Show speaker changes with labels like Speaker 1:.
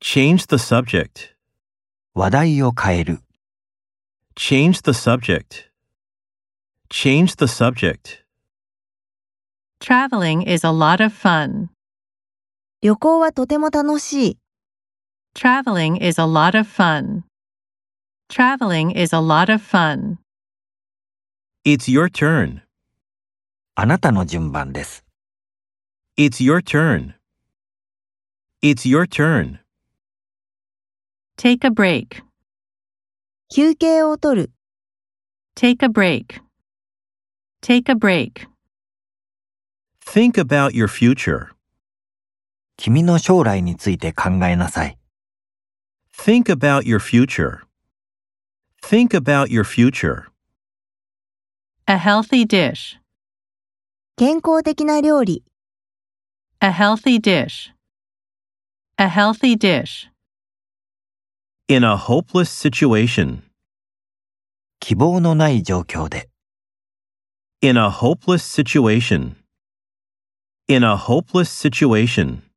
Speaker 1: Change the subject.
Speaker 2: 話題を変える。
Speaker 1: Change the subject. Change the subject.
Speaker 3: Traveling is a lot of fun.
Speaker 4: 旅行はとても楽しい。
Speaker 3: Traveling is a lot of fun. Traveling is a lot of fun.
Speaker 1: It's your turn.
Speaker 2: あなたの順番です。
Speaker 1: It's your turn. It's your turn.
Speaker 3: Take a break.
Speaker 4: 休憩を取る。
Speaker 3: Take a break. Take a break.
Speaker 1: Think about your future.
Speaker 2: 君の将来について考えなさい。
Speaker 1: Think about your future. Think about your future.
Speaker 3: A healthy dish.
Speaker 4: 健康的な料理。
Speaker 3: A healthy dish. A healthy dish.
Speaker 1: In a hopeless situation.
Speaker 2: 希望のない状況で。
Speaker 1: In a hopeless situation. In a hopeless situation.